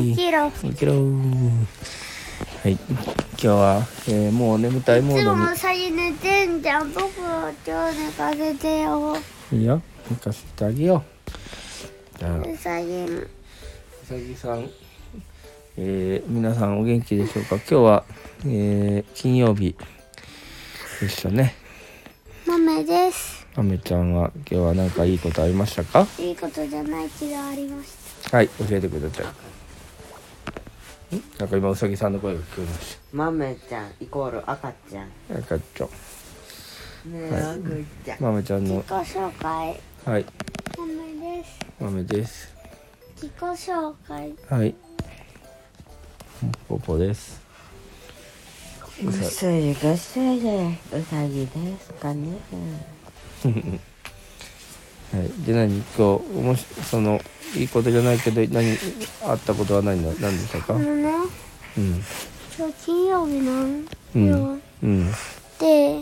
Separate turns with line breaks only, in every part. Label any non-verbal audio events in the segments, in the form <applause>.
行けろはい今日は、えーもう眠たいモ
い
ー
つ
ド
もウサギ寝てんじゃん。僕は今日寝かせてよ。
にいいよ行かせてあげようじゃあ
ウサギの。
うさぎさん、えー皆さんお元気でしょうか今日は、えー金曜日でしたね
豆です。
あめちゃんは今日は何かいいことありましたか
いいことじゃない気がありました。
はい教えてくださいんなんか今うさぎさんの声が聞こえまし
豆ちゃんイコール赤ちゃん。
た赤ちゃん
ねえ、赤ちゃん。
豆ちゃんの
自己紹介。
はい
豆です。
豆です
自己紹介。
はいポポです
ぐっすりぐっすりうさぎですかね。
はい、で何今日もしそのいいことじゃないけど何あったことは何だ何でしたか
あ
う
のね、
ん
今日金曜日なの。
うんうん
で、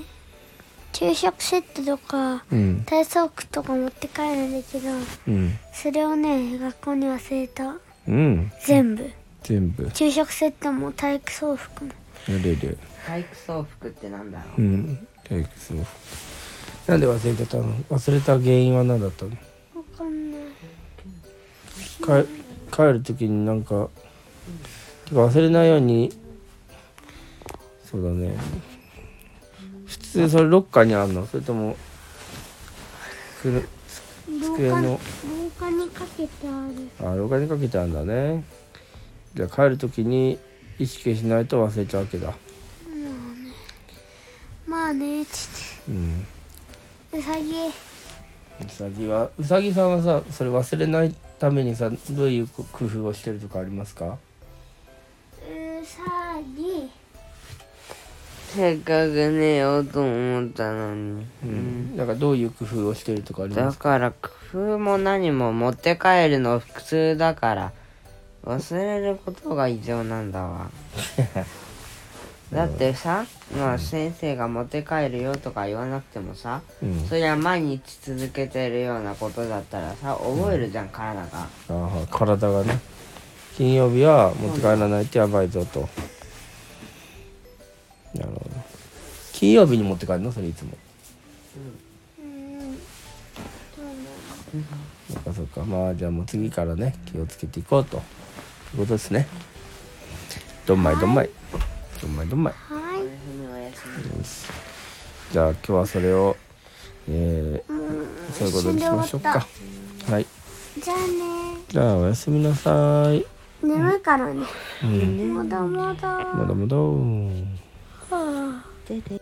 昼食セットとか、
うん
体操服とか持って帰るんだけど、
うん
それをね、学校に忘れた。
うん
全部。
全部や
昼食セットも体育装服も。
れる
体育装服ってなんだろ
う
う。
ん体育すごなんで忘れてたの忘れた原因は何だったの
わかんない。
か帰る時になんかてか忘れないようにそうだね普通それロッカーにあるのそれともくる
廊
机
下
の
廊下にかけてある
あ廊下にかけたんだねじゃあ帰る時に意識しないと忘れちゃうわけだ
まあねち
うん
ょっとうさぎ
うさぎはうさぎさんはさそれ忘れないためにさどういうこ工夫をしてるとかありますか
うさぎ
せっかく寝ようと思ったのに。
うん、なんかどういう工夫をしてるとかありま
だ
すか
から工夫も何も持って帰るの普通だから忘れることが異常なん
<laughs>
だわだってさ、まあ、先生が持って帰るよとか言わなくてもさ、
うん
そりゃ毎日続けてるようなことだったらさ覚えるじゃん体が、
ああ体がね金曜日は持って帰らないとやばいぞとなるほど金曜日に持って帰るのそれいつも
うん
そっかそっかまあじゃあもう次からね気をつけていこうということですねどんまいどんまいどんまいどんまい
は
おやすみおやすみ
よしじゃあ今日はそれをえーそういうことにしましょうかはい
いじゃあね
じゃあおやすみなさい
眠いからね
うん
もだもだ
まだまだ
はあ
でで